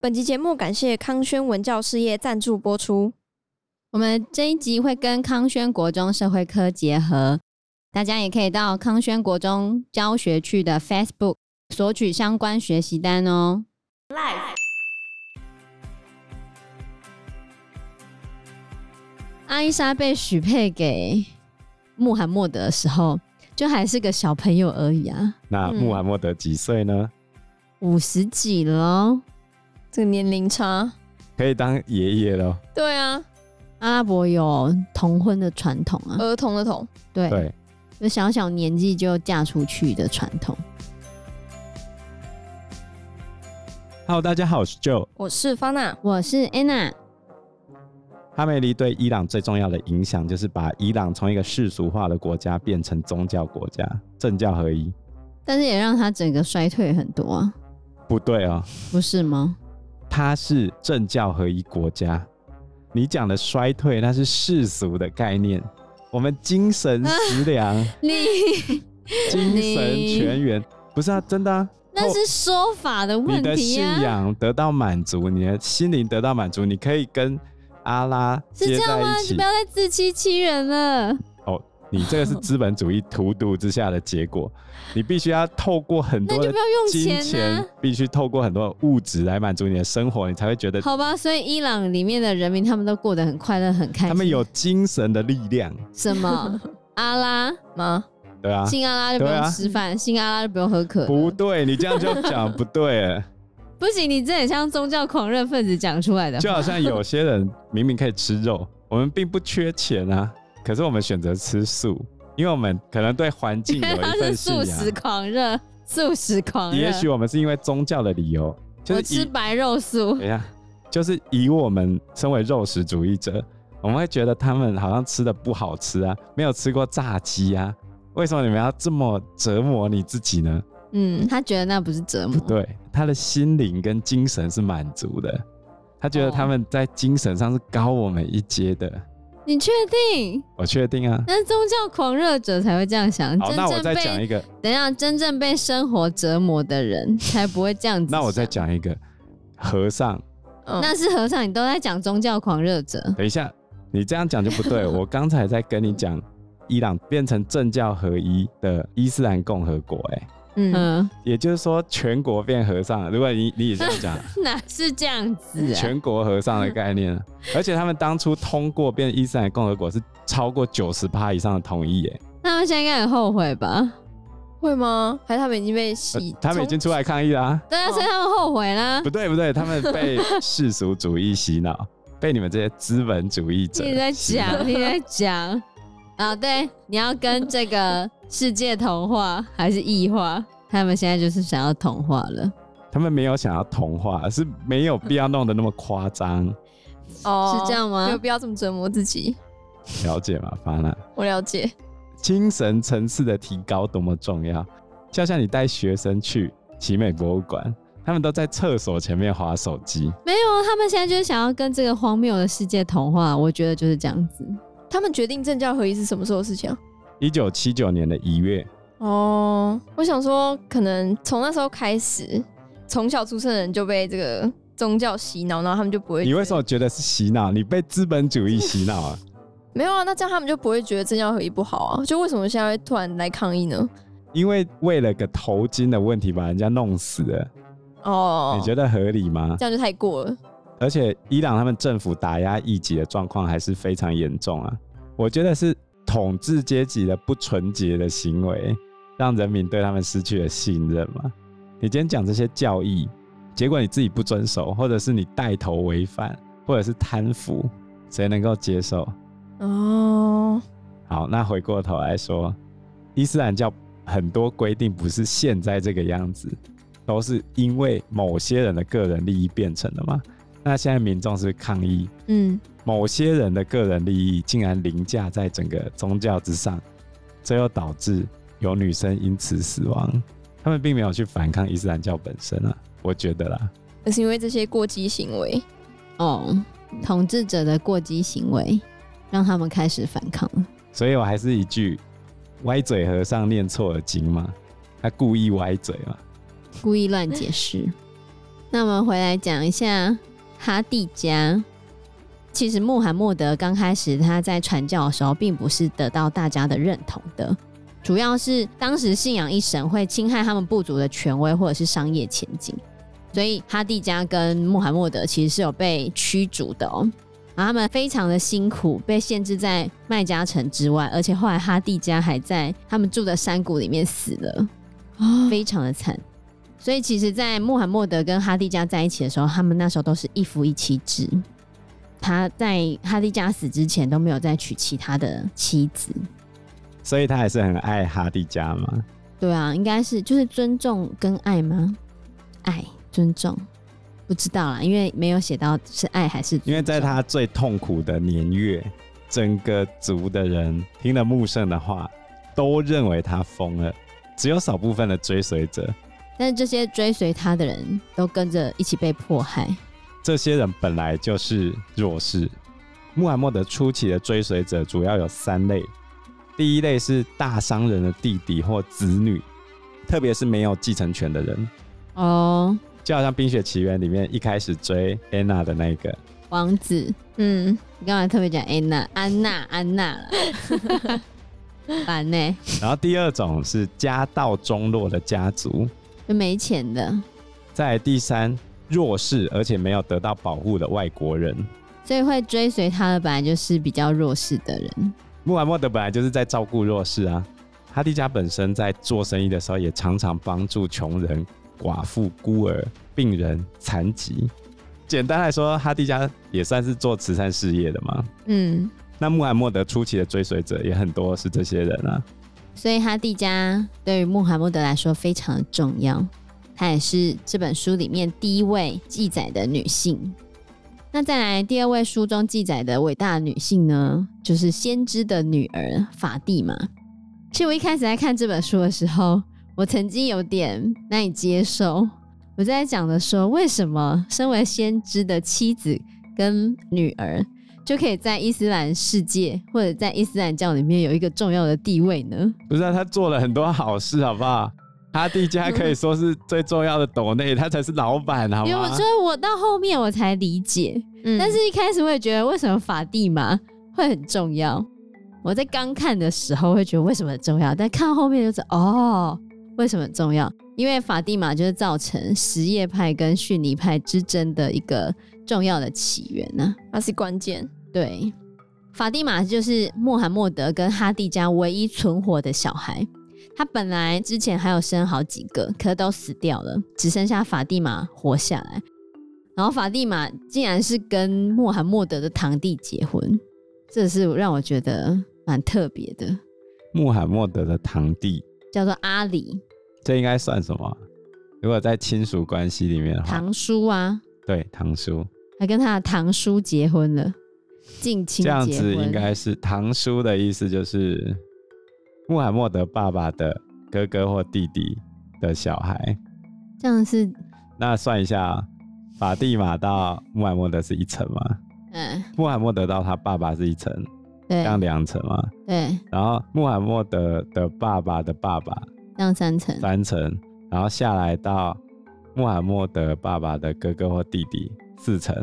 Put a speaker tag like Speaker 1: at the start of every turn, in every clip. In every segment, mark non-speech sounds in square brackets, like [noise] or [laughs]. Speaker 1: 本集节目感谢康轩文教事业赞助播出。
Speaker 2: 我们这一集会跟康轩国中社会科结合，大家也可以到康轩国中教学区的 Facebook 索取相关学习单哦。阿伊莎被许配给穆罕默德的时候，就还是个小朋友而已啊，
Speaker 3: 那
Speaker 1: 嗯
Speaker 3: 穆罕默德几岁呢？
Speaker 2: 五十几了哦。
Speaker 1: 嗯这个年龄差，
Speaker 3: 可以当爷爷了。
Speaker 1: 对
Speaker 2: 嗯
Speaker 1: 啊，
Speaker 2: 阿拉伯有童婚的传统
Speaker 3: 呃
Speaker 2: 啊，
Speaker 1: 儿童的童，
Speaker 2: 对，
Speaker 3: 对，
Speaker 2: 就小小年纪就嫁出去的传统。
Speaker 3: Hello，大家好，我是 Joe。
Speaker 1: 我是方娜，
Speaker 2: 我是 Anna，
Speaker 3: 哈梅利对伊朗最重要的影响就是把伊朗从一个世俗化的国家变成宗教国家，政教合一。
Speaker 2: 但是也让他整个衰退很多、啊，
Speaker 3: 不对哦，
Speaker 2: 不是吗？
Speaker 3: 它是政教合一国家。你讲的衰退，那是世俗的概念。我们精神食
Speaker 2: [laughs]
Speaker 3: 粮、
Speaker 2: 你
Speaker 3: 精神全员，不是啊，真的啊。
Speaker 2: 那是说法的
Speaker 3: 你
Speaker 2: 问
Speaker 3: 的
Speaker 2: 题
Speaker 3: 信
Speaker 2: 啊，
Speaker 3: 仰得到满足，你的心灵得到满足，你可以跟阿拉
Speaker 2: 是
Speaker 3: 接
Speaker 2: 这样
Speaker 3: 在
Speaker 2: 吗？
Speaker 3: 一
Speaker 2: 就
Speaker 3: 起
Speaker 2: 不。要再自欺欺人了。
Speaker 3: 你这个是资本主义荼毒之下的结果，你必须要透过很
Speaker 2: 那
Speaker 3: 多
Speaker 2: 就
Speaker 3: 的
Speaker 2: 不要用
Speaker 3: 金
Speaker 2: 钱啊
Speaker 3: 钱
Speaker 2: 呢、，
Speaker 3: 必须透过很多的物质来满足你的生活，你才会觉得
Speaker 2: 好吧，所以伊朗里面的人民他们都过得很快乐，很开心。
Speaker 3: 他们有精神的力量，
Speaker 2: 什
Speaker 3: [laughs]
Speaker 2: 么阿拉
Speaker 1: 吗？
Speaker 3: 对啊。
Speaker 2: 信阿拉就不
Speaker 3: 对
Speaker 2: 用
Speaker 3: 啊
Speaker 2: 吃饭，信阿拉就不用喝可乐。
Speaker 3: 不对，你这样就讲不对
Speaker 2: [laughs]
Speaker 3: 了，
Speaker 2: 不行，你这很像宗教狂热分子讲出来的话。
Speaker 3: 就好像有些人明明可以吃肉，我们并不缺钱啊，可是我们选择吃素，因为我们可能对环境
Speaker 2: 因 [laughs]
Speaker 3: 有
Speaker 2: 为他
Speaker 3: 一
Speaker 2: 是
Speaker 3: 份信
Speaker 2: 素
Speaker 3: 仰
Speaker 2: 食。狂热，素食狂热。
Speaker 3: 也许我们是因为宗教的理由，就
Speaker 2: 我
Speaker 3: 是以
Speaker 2: 吃白肉素
Speaker 3: 等，一下，就是以我们身为肉食主义者，我们会觉得他们好像吃的不好吃啊，没有吃过炸鸡啊，为什么你们要这么折磨你自己呢？
Speaker 1: 嗯，
Speaker 2: 他觉得那不是折磨。
Speaker 3: 对，他的心灵跟精神是满足的，他觉得
Speaker 2: 哦
Speaker 3: 他们在精神上是高我们一阶的。
Speaker 2: 你确定？
Speaker 3: 我确定啊。
Speaker 2: 那宗教狂热者才会这样想。
Speaker 3: 好，
Speaker 2: 真
Speaker 3: 那我
Speaker 2: 正
Speaker 3: 再讲
Speaker 2: 被
Speaker 3: 一个，
Speaker 2: 等一下真正被生活折磨的人才不会这样子。
Speaker 3: [laughs] 那我再，讲一个和尚。
Speaker 1: 嗯
Speaker 2: 那是和尚，你都在讲宗教狂热者。
Speaker 3: 等一下，你这样讲就不
Speaker 2: [laughs]
Speaker 3: 对。我刚才在跟你讲，伊朗变成政教合一的伊斯兰共和国、欸，
Speaker 1: 嗯，
Speaker 2: 嗯，
Speaker 3: 也就是说，全国变和尚。如果你你也这样讲，
Speaker 2: [laughs] 哪 [laughs] 是这样子啊？
Speaker 3: 全国和尚的概念啊，而且他们当初通过变伊斯兰共和国是超过九十趴以上的欸同意耶、
Speaker 2: 那他们现在应该很后悔吧？
Speaker 1: 会吗？还是他们已经被
Speaker 3: 呃
Speaker 1: 洗？
Speaker 3: 他们已经出来抗议啦、
Speaker 2: 对啊，
Speaker 1: 哦
Speaker 2: 所以他们后悔啦
Speaker 3: 不。对不对，他们被世俗主义洗
Speaker 2: [laughs]
Speaker 3: 脑，被你们这些资本主义者
Speaker 2: 你在
Speaker 3: 洗脑
Speaker 2: 讲，你在
Speaker 1: [laughs]
Speaker 2: 讲啊？对，你要跟这个世界同化还是异化？他们现在就是想要同化了，
Speaker 3: 他们没有想要同化，是没有必要弄得那么夸张，
Speaker 1: 从哦
Speaker 2: 是这样吗
Speaker 1: 没有必要这么折磨自己，
Speaker 3: 了解吗，法娜？
Speaker 1: 我了解。
Speaker 3: 精神层次的提高多么重要。就像你带学生去奇美博物馆，他们都在厕所前面划手机，
Speaker 2: 没有啊？他们现在就是想要跟这个荒谬的世界同化，我觉得就是这样子。
Speaker 1: 他们决定政教合一是什么时候的事情啊？
Speaker 3: 一九七九年的一月，
Speaker 1: 哦，我想说，可能从那时候开始，从小出生的人就被这个宗教洗脑，然后他们就不会。
Speaker 3: 你为什么？觉得是洗脑？你被资本主义洗脑啊？
Speaker 1: 没有啊，那这样他们就不会觉得政教合一不好啊？就为什么现在会突然来抗议呢？
Speaker 3: 因为为了个头巾的问题把人家弄死了，
Speaker 1: 哦，
Speaker 3: 你觉得合理吗？
Speaker 1: 这样就太过了。
Speaker 3: 而且伊朗他们政府打压异己的状况还是非常严重啊，我觉得是统治阶级的不纯洁的行为，让人民对他们失去了信任嘛。你今天讲这些教义，结果你自己不遵守，或者是你带头违反，或者是贪腐，谁能够接受？
Speaker 1: 哦，
Speaker 3: 好，那回过头来说，伊斯兰教很多规定不是现在这个样子，都是因为某些人的个人利益变成的嘛。那现在民众是抗议
Speaker 1: 嗯，
Speaker 3: 某些人的个人利益竟然凌驾在整个宗教之上，这又导致有女生因此死亡。他们并没有去反抗伊斯兰教本身啊，我觉得啦，
Speaker 1: 那是因为这些过激行为。
Speaker 2: 哦，统治者的过激行为让他们开始反抗了。
Speaker 3: 所以我还是一句，歪嘴和尚念错了经嘛，他故意歪嘴嘛。
Speaker 2: 故意乱解释。 [laughs] 那我们回来讲一下哈蒂家。其实穆罕默德刚开始他在传教的时候，并不是得到大家的认同的，主要是当时信仰一神会侵害他们部族的权威或者是商业前景，所以哈蒂家跟穆罕默德其实是有被驱逐的哦。然后他们非常的辛苦，被限制在麦加城之外，而且后来哈蒂家还在他们住的山谷里面死了。
Speaker 1: 哦，
Speaker 2: 非常的惨。所以其实，在穆罕默德跟哈蒂家在一起的时候，他们那时候都是一夫一妻制。他在哈蒂家死之前都没有再娶其他的妻子。
Speaker 3: 所以他还是很爱哈蒂家嘛。
Speaker 2: 对啊，应该是就是尊重跟爱吗？爱尊重，不知道啦，因为没有写到是爱还是
Speaker 3: 因为
Speaker 2: 尊
Speaker 3: 在
Speaker 2: 重
Speaker 3: 他最痛苦的年月，整个族的人听了穆圣的话，都认为他疯了，只有少部分的追随者。
Speaker 2: 但是这些追随他的人都跟着一起被迫害。
Speaker 3: 这些人本来就是弱势。穆罕默德初期的追随者主要有三类，第一类是大商人的弟弟或子女，特别是没有继承权的人，
Speaker 2: 哦，
Speaker 3: 就好像《冰雪奇缘》里面一开始追 Anna 的那个，
Speaker 2: 王子，
Speaker 1: 嗯，
Speaker 2: 你干嘛特别讲安娜？安娜，安娜了， [laughs] 烦欸呢、
Speaker 3: 然后第二种是家道中落的家族，
Speaker 2: 就没钱的，
Speaker 3: 再来第三弱势而且没有得到保护的外国人。
Speaker 2: 所以会追随他的本来就是比较弱势的人。
Speaker 3: 穆罕默德本来就是在照顾弱势啊，哈迪家本身在做生意的时候也常常帮助穷人、寡妇、孤儿、病人、残疾。简单来说，哈迪家也算是做慈善事业的嘛。
Speaker 1: 嗯，
Speaker 3: 那穆罕默德初期的追随者也很多是这些人啊。
Speaker 2: 所以哈蒂家对于穆罕默德来说非常的重要，她也是这本书里面第一位记载的女性。那再来第二位书中记载的伟大女性呢，就是先知的女儿法蒂玛。其实我一开始在看这本书的时候，我曾经有点难以接受。我在讲的说，为什么身为先知的妻子跟女儿，就可以在伊斯兰世界或者在伊斯兰教里面有一个重要的地位呢？
Speaker 3: 不是、啊、他做了很多好事，好不好？哈迪家可以说是最重要的斗内，他才是老板，好啊
Speaker 2: 因为我
Speaker 3: 吗
Speaker 2: 觉？得我到后面我才理解，
Speaker 1: 嗯
Speaker 2: 但是一开始我也觉得为什么法蒂玛会很重要？我在刚看的时候会觉得为什么很重要，但看后面就是哦，为什么很重要？因为法蒂玛就是造成什叶派跟逊尼派之争的一个重要的起源啊呢、
Speaker 1: 它是关键，
Speaker 2: 对，法蒂玛就是穆罕默德跟哈蒂家唯一存活的小孩。他本来之前还有生好几个，可都死掉了，只剩下法蒂玛活下来。然后法蒂玛竟然是跟穆罕默德的堂弟结婚，这是让我觉得蛮特别的，
Speaker 3: 穆罕默德的堂弟，
Speaker 2: 叫做阿里
Speaker 3: 这应该算什么啊？如果在亲属关系里面的话，
Speaker 2: 堂叔啊，
Speaker 3: 对堂叔，
Speaker 2: 还跟他的堂叔结婚了，近亲
Speaker 3: 这样
Speaker 2: 结
Speaker 3: 子
Speaker 2: 婚
Speaker 3: 应该是堂叔的意思，就是穆罕默德爸爸的哥哥或弟弟的小孩。
Speaker 2: 这样是
Speaker 3: 那算一下，法蒂玛到穆罕默德是一层嘛？
Speaker 2: 嗯
Speaker 3: 穆罕默德到他爸爸是一层，这
Speaker 2: 对
Speaker 3: 样两层嘛？
Speaker 2: 对
Speaker 3: 然后穆罕默德的爸爸的爸爸
Speaker 2: 这样三层
Speaker 3: 三层，然后下来到穆罕默德爸爸的哥哥或弟弟四层，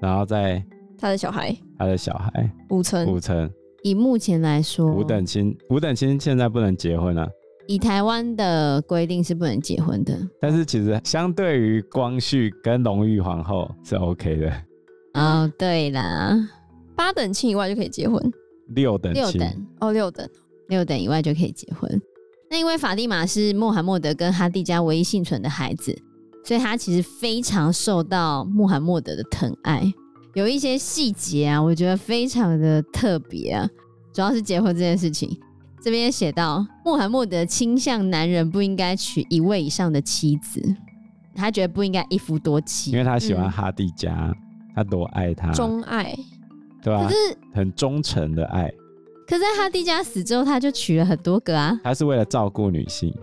Speaker 3: 然后再
Speaker 1: 他的小孩
Speaker 3: 他的小孩
Speaker 1: 五成，
Speaker 3: 五层。
Speaker 2: 以目前来说，
Speaker 3: 五等亲，五等亲现在不能结婚了、
Speaker 2: 以台湾的规定是不能结婚的
Speaker 3: 但是其实相对于光绪跟隆裕皇后是 OK 的，啊
Speaker 2: 哦。对啦，
Speaker 1: 八等亲以外就可以结婚，
Speaker 3: 六等
Speaker 2: 六
Speaker 3: 亲，
Speaker 2: 等、
Speaker 1: 哦，六等，
Speaker 2: 六等以外就可以结婚。那因为法蒂玛是穆罕默德跟哈蒂家唯一幸存的孩子，所以他其实非常受到穆罕默德的疼爱。有一些细节啊，我觉得非常的特别啊，主要是结婚这件事情。这边写到，穆罕默德倾向男人不应该娶一位以上的妻子，他觉得不应该一夫多妻
Speaker 3: 因。为他喜欢
Speaker 1: 嗯
Speaker 3: 哈蒂家，他多爱他，
Speaker 1: 钟爱，
Speaker 3: 对吧、
Speaker 2: 可是
Speaker 3: 很忠诚的爱，
Speaker 2: 可是在哈蒂家死之后，他就娶了很多个啊，
Speaker 3: 他是为了照顾女性，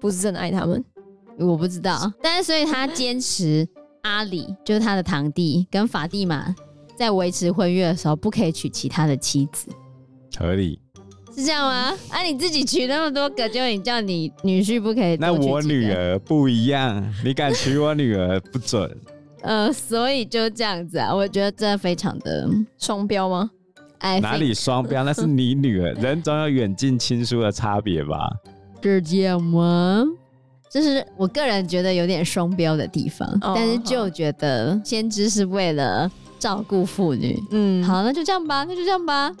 Speaker 1: 不是真的爱他们，
Speaker 2: 我不知道。但是所以他坚持阿里就是他的堂弟跟法蒂玛在维持婚约的时候，不可以娶其他的妻子。
Speaker 3: 合理。
Speaker 2: 是这样吗？啊，你自己取那么多个，就你叫你女婿不可以？
Speaker 3: 那我女，儿不一样，你敢娶我女儿
Speaker 2: [laughs]
Speaker 3: 不准。
Speaker 2: 呃，所以就这样子啊，我觉得这非常的
Speaker 1: 双标吗？
Speaker 2: 哎，
Speaker 3: 哪里双标？那是你
Speaker 2: [laughs]
Speaker 3: 女儿，人总有远近亲疏的差别吧？
Speaker 2: 是这样吗？这是我个人觉得有点双标的地方，
Speaker 1: 哦
Speaker 2: 但是就觉得先知是为了照顾妇女。
Speaker 1: 嗯，
Speaker 2: 好，那就这样吧，那就这样吧。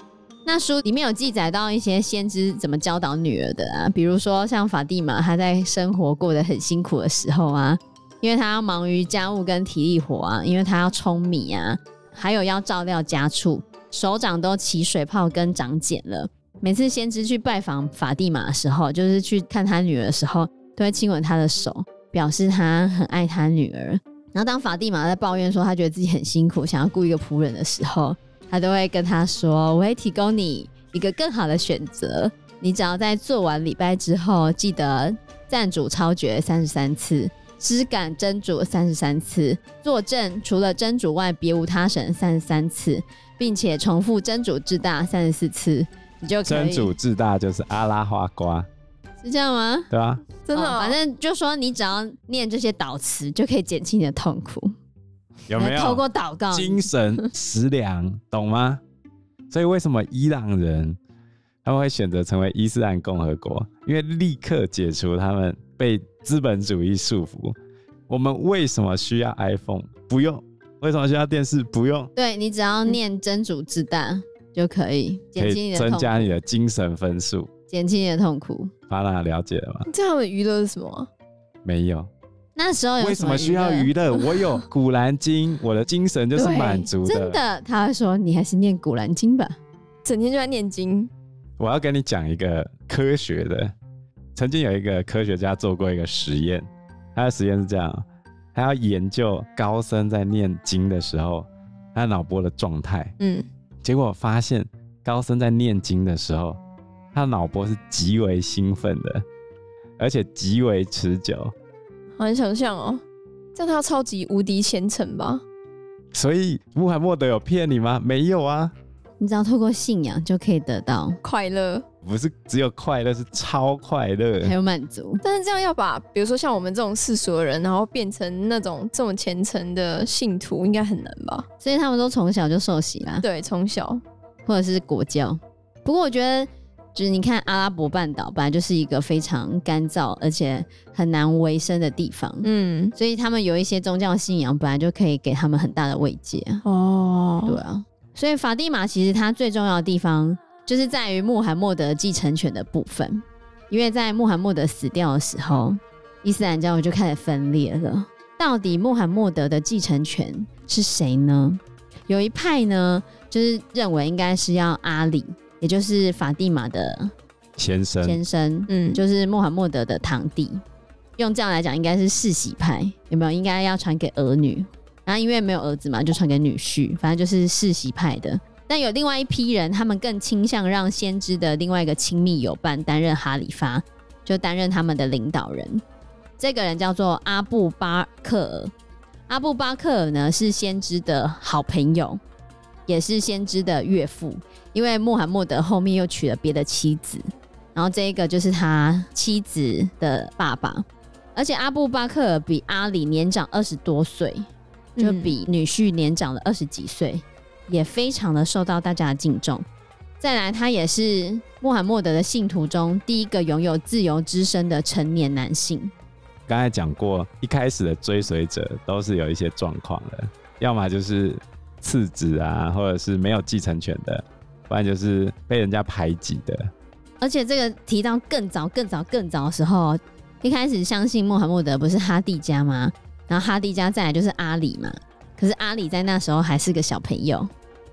Speaker 2: 那书里面有记载到一些先知怎么教导女儿的啊，比如说像法蒂玛，她在生活过得很辛苦的时候啊，因为她要忙于家务跟体力活啊，因为她要舂米啊，还有要照料家畜，手掌都起水泡跟长茧了。每次先知去拜访法蒂玛的时候，就是去看她女儿的时候，都会亲吻她的手，表示她很爱她女儿。然后当法蒂玛在抱怨说她觉得自己很辛苦，想要雇一个仆人的时候，他都会跟她说：“我会提供你一个更好的选择，你只要在做完礼拜之后，记得赞主超绝三十三次，知感真主三十三次，作证除了真主外别无他神三十三次，并且重复真主至大三十四次，你就可
Speaker 3: 真
Speaker 2: 以
Speaker 3: 主至大就是阿拉花瓜，
Speaker 2: 是这样吗？”
Speaker 3: 对吧、
Speaker 1: 真的哦、
Speaker 2: 哦反正就说你只要念这些祷词，就可以减轻你的痛苦。
Speaker 3: 有没
Speaker 2: 透
Speaker 3: 有
Speaker 2: 过祷告，
Speaker 3: 精神食粮，懂吗？ [laughs] 所以为什么伊朗人他们会选择成为伊斯兰共和国？因为立刻解除他们被资本主义束缚。我们为什么需要 iPhone？不用。为什么需要电视？不用。
Speaker 2: 对你只
Speaker 1: 嗯
Speaker 2: 要念真主之大就可以
Speaker 3: 可
Speaker 2: 减轻你
Speaker 3: 以
Speaker 2: 的痛
Speaker 3: 增
Speaker 2: 苦，
Speaker 3: 加你的精神分数。
Speaker 2: 减轻你的痛苦。
Speaker 3: 巴娜了解了吗？
Speaker 1: 这样他们娱乐是什么啊？
Speaker 3: 没有。
Speaker 2: 那时候有
Speaker 3: 为什么需要
Speaker 2: 娱
Speaker 3: 娱乐？我有《古兰经》，我的精神就是满足
Speaker 2: 乐？哎真
Speaker 3: 的。
Speaker 2: 的，他会说你还是念古兰经吧。
Speaker 1: 整天就在念经，
Speaker 3: 我要跟你讲一个科学的。曾经有一个科学家做过一个实验，他的实验是这样：他要研究高僧在念经的时候，他脑波的状态。
Speaker 1: 嗯，
Speaker 3: 结果发现，高僧在念经的时候，他脑波是极为兴奋的，而且极为持久。
Speaker 1: 好难想象哦。这样他要超级无敌虔诚吧？
Speaker 3: 所以穆罕默德有骗你吗？没有啊，
Speaker 2: 你只要透过信仰就可以得到，
Speaker 1: 快乐，
Speaker 3: 不是只有快乐，是超快乐。
Speaker 2: 还有满足。
Speaker 1: 但是这样要把，比如说像我们这种世俗的人，然后变成那种这么虔诚的信徒，应该很难吧？
Speaker 2: 所以他们都从小就受洗啦，
Speaker 1: 对，从小，
Speaker 2: 或者是国教。不过我觉得，就是你看阿拉伯半岛本来就是一个非常干燥而且很难维生的地方，
Speaker 1: 嗯，
Speaker 2: 所以他们有一些宗教信仰本来就可以给他们很大的慰藉啊。
Speaker 1: 哦
Speaker 2: 对，啊，所以法蒂玛其实它最重要的地方就是在于穆罕默德继承权的部分，因为在穆罕默德死掉的时候，伊斯兰教就开始分裂了。到底穆罕默德的继承权是谁呢？有一派呢，就是认为应该是要阿里，也就是法蒂玛的
Speaker 3: 先生，
Speaker 2: 先生，
Speaker 1: 嗯，就
Speaker 2: 就是穆罕默德的堂弟。用这样来讲，应该是世袭派，有没有？应该要传给儿女，然后因为没有儿子嘛，就传给女婿，反正就是世袭派的。但有另外一批人，他们更倾向让先知的另外一个亲密友伴担任哈里发，就担任他们的领导人。这个人叫做阿布巴克尔。阿布巴克尔呢是先知的好朋友，也是先知的岳父，因为穆罕默德后面又娶了别的妻子，然后这一个就是他妻子的爸爸，而且阿布巴克尔比阿里年长二十多岁，
Speaker 1: 嗯
Speaker 2: 就比女婿年长了二十几岁，也非常的受到大家的敬重。再来，他也是穆罕默德的信徒中第一个拥有自由之身的成年男性。
Speaker 3: 刚才讲过，一开始的追随者都是有一些状况的，要么就是次子啊，或者是没有继承权的，不然就是被人家排挤的。
Speaker 2: 而且这个提到更早、更早、更早的时候，一开始相信穆罕默德不是哈蒂家吗？然后哈蒂家再来就是阿里嘛。可是阿里在那时候还是个小朋友，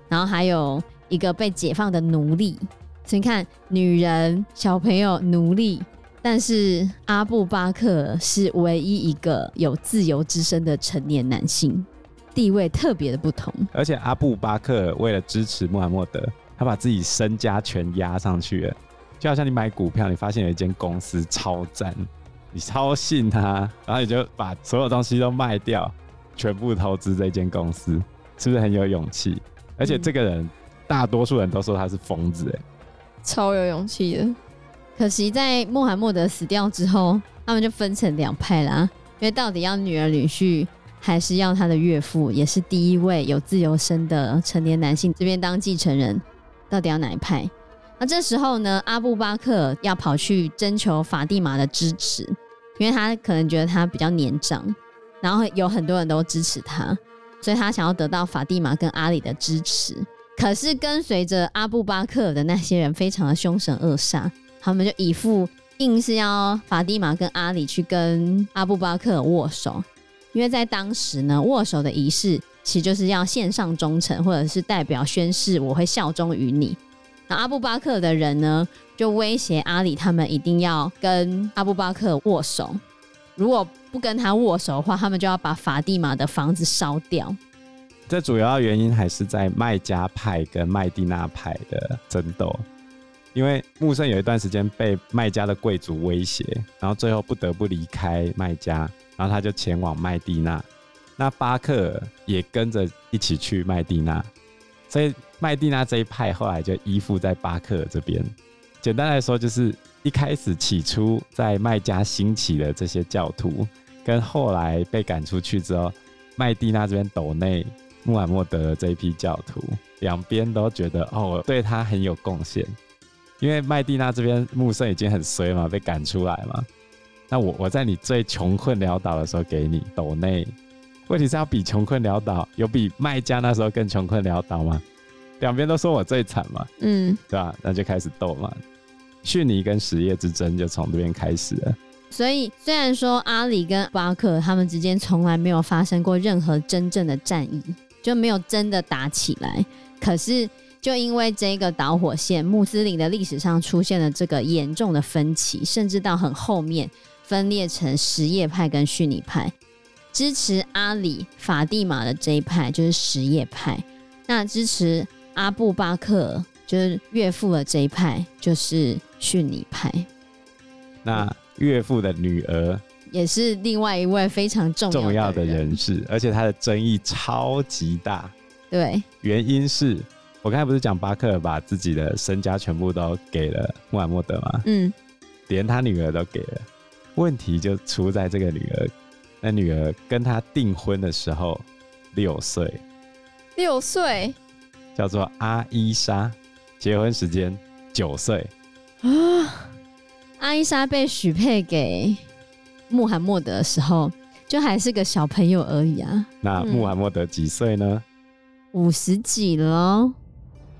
Speaker 2: 然后还有一个被解放的奴隶。所以你看，女人、小朋友、奴隶，但是阿布巴克尔是唯一一个有自由之身的成年男性，地位特别的不同。
Speaker 3: 而且阿布巴克为了支持穆罕默德，他把自己身家全压上去了，就好像你买股票，你发现有一间公司超赞，你超信它，然后你就把所有东西都卖掉，全部投资这间公司，是不是很有勇气？而且这个人，大多数人都说他是疯子、欸，
Speaker 1: 超有勇气的。
Speaker 2: 可惜在穆罕默德死掉之后，他们就分成两派啦，因为到底要女儿女婿，还是要他的岳父，也是第一位有自由身的成年男性这边当继承人，到底要哪一派？那这时候呢，阿布巴克要跑去征求法蒂玛的支持，因为他可能觉得他比较年长，然后有很多人都支持他，所以他想要得到法蒂玛跟阿里的支持。可是跟随着阿布巴克的那些人非常的凶神恶煞，他们就一副硬是要法蒂玛跟阿里去跟阿布巴克握手，因为在当时呢，握手的仪式其实就是要献上忠诚，或者是代表宣誓我会效忠于你。那阿布巴克的人呢，就威胁阿里他们一定要跟阿布巴克握手，如果不跟他握手的话，他们就要把法蒂玛的房子烧掉。
Speaker 3: 这主要原因还是在麦加派跟麦地那派的争斗，因为穆圣有一段时间被麦加的贵族威胁，然后最后不得不离开麦加，然后他就前往麦地那，那巴克尔也跟着一起去麦地那，所以麦地那这一派后来就依附在巴克尔这边。简单来说，就是一开始起初在麦加兴起的这些教徒，跟后来被赶出去之后，麦地那这边斗内穆罕默德的这一批教徒，两边都觉得哦，我对他很有贡献，因为麦地那这边穆圣已经很衰嘛，被赶出来嘛。那我我在你最穷困潦倒的时候给你斗内，问题是要比穷困潦倒，有比卖家那时候更穷困潦倒吗？两边都说我最惨嘛，
Speaker 1: 嗯，
Speaker 3: 对吧？那就开始斗嘛，逊尼跟什叶之争就从这边开始了。
Speaker 2: 所以，虽然说阿里跟巴克他们之间从来没有发生过任何真正的战役，就没有真的打起来，可是就因为这个导火线，穆斯林的历史上出现了这个严重的分歧，甚至到很后面分裂成什叶派跟逊尼派。支持阿里法蒂玛的这一派就是什叶派，那支持阿布巴克尔就是岳父的这一派就是逊尼派。
Speaker 3: 那岳父的女儿
Speaker 2: 也是另外一位非常重
Speaker 3: 重要
Speaker 2: 要的
Speaker 3: 的人士，而且他的争议超级大，
Speaker 2: 对，
Speaker 3: 原因是我刚才不是讲巴克尔把自己的身家全部都给了穆罕默德吗？
Speaker 1: 嗯，
Speaker 3: 连他女儿都给了。问题就出在这个女儿，那女儿跟他订婚的时候六岁，
Speaker 1: 六岁
Speaker 3: 叫做阿伊莎，结婚时间九岁，
Speaker 1: 啊，
Speaker 2: 阿伊莎被许配给穆罕默德的时候，就还是个小朋友而已啊，
Speaker 3: 那
Speaker 1: 嗯
Speaker 3: 穆罕默德几岁呢？
Speaker 2: 五十几了哦，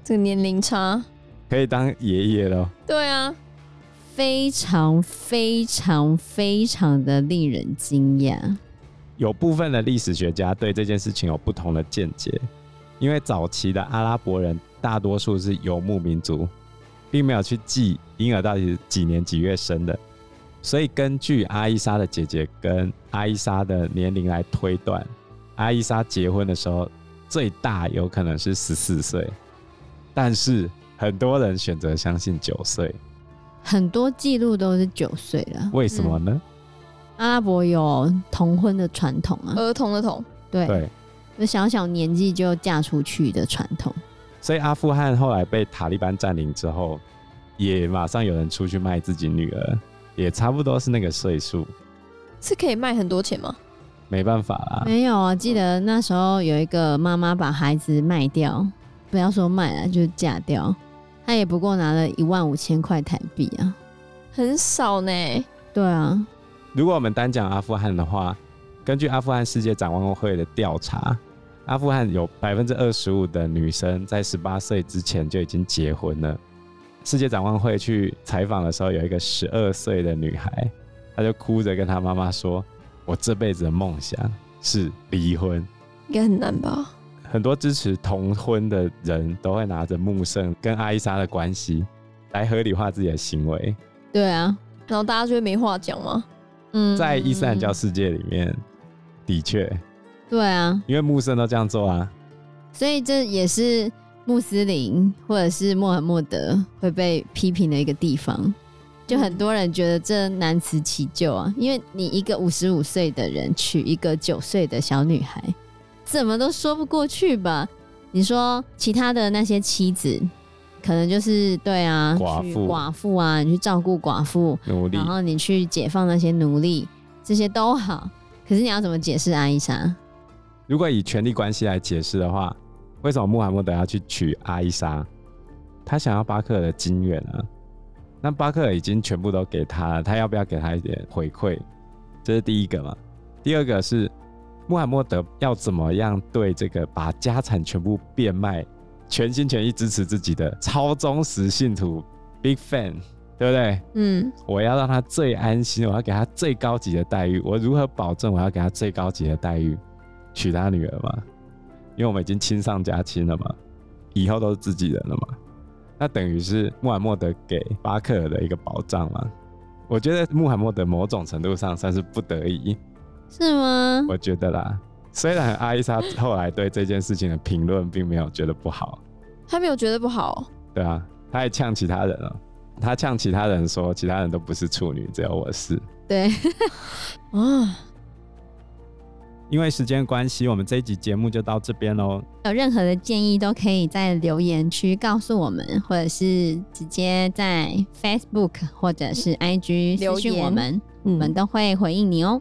Speaker 1: 这个年龄差，
Speaker 3: 可以当爷爷咯。
Speaker 1: 对啊，
Speaker 2: 非常非常非常的令人惊讶。
Speaker 3: 有部分的历史学家对这件事情有不同的见解，因为早期的阿拉伯人大多数是游牧民族，并没有去记婴儿到底是几年几月生的，所以根据阿伊莎的姐姐跟阿伊莎的年龄来推断，阿伊莎结婚的时候最大有可能是十四岁，但是很多人选择相信九岁，
Speaker 2: 很多记录都是九岁了，
Speaker 3: 为什么呢？
Speaker 2: 阿拉伯有童婚的传统啊，
Speaker 1: 儿童的童，
Speaker 2: 对，
Speaker 3: 对，
Speaker 2: 有小小年纪就嫁出去的传统。
Speaker 3: 所以阿富汗后来被塔利班占领之后，也马上有人出去卖自己女儿，也差不多是那个岁数，
Speaker 1: 是可以卖很多钱吗？
Speaker 3: 没办法啦。
Speaker 2: 没有啊，记得那时候有一个妈妈把孩子卖掉，不要说卖了，就是嫁掉，她也不过拿了一万五千块台币啊。
Speaker 1: 很少呢，
Speaker 2: 对啊，
Speaker 3: 如果我们单讲阿富汗的话，根据阿富汗世界展望会的调查，阿富汗有百分之二十五的女生在十八岁之前就已经结婚了。世界展望会去采访的时候，有一个十二岁的女孩，她就哭着跟她妈妈说：“我这辈子的梦想是离婚。”
Speaker 1: 应该很难吧？
Speaker 3: 很多支持同婚的人都会拿着穆圣跟阿伊莎的关系来合理化自己的行为。
Speaker 2: 对啊，
Speaker 1: 然后大家就会没话讲吗？
Speaker 2: 嗯，
Speaker 3: 在伊斯兰教
Speaker 2: 嗯
Speaker 3: 世界里面，的确，
Speaker 2: 对啊，
Speaker 3: 因为穆圣都这样做啊，
Speaker 2: 所以这也是穆斯林或者是穆罕默德会被批评的一个地方。就很多人觉得这难辞其咎啊，因为你一个五十五岁的人娶一个九岁的小女孩，怎么都说不过去吧？你说其他的那些妻子，可能就是对啊，
Speaker 3: 寡
Speaker 2: 去
Speaker 3: 妇
Speaker 2: 寡妇啊，你去照顾寡妇，
Speaker 3: 奴隶
Speaker 2: 然后你去解放那些奴隶，这些都好。可是你要怎么解释阿伊莎？
Speaker 3: 如果以权力关系来解释的话，为什么穆罕默德要去娶阿伊莎？他想要巴克尔的金元啊，那巴克尔已经全部都给他了，他要不要给他一点回馈？这是第一个嘛。第二个是穆罕默德要怎么样对这个把家产全部变卖、全心全意支持自己的超忠实信徒 Big Fan，对不对？
Speaker 1: 嗯，
Speaker 3: 我要让他最安心，我要给他最高级的待遇。我如何保证我要给他最高级的待遇？娶他女儿嘛，因为我们已经亲上加亲了嘛，以后都是自己人了嘛。那等于是穆罕默德给巴克尔的一个保障嘛。我觉得穆罕默德某种程度上算是不得已，
Speaker 2: 是吗？
Speaker 3: 我觉得啦。虽然阿伊莎后来对这件事情的评论并没有觉得不好，
Speaker 1: 他没有觉得不好哦、
Speaker 3: 对啊，他还呛其他人了、他呛其他人说其他人都不是处女，只有我是。
Speaker 2: 对，
Speaker 1: 啊，
Speaker 3: 因为时间关系，我们这一集节目就到这边喽。
Speaker 2: [laughs] 有任何的建议都可以在留言区告诉我们，或者是直接在 Facebook 或者是
Speaker 1: 嗯
Speaker 2: IG
Speaker 1: 留
Speaker 2: 私讯
Speaker 1: 言
Speaker 2: 我们，
Speaker 1: 嗯
Speaker 2: 我们都会回应你哦。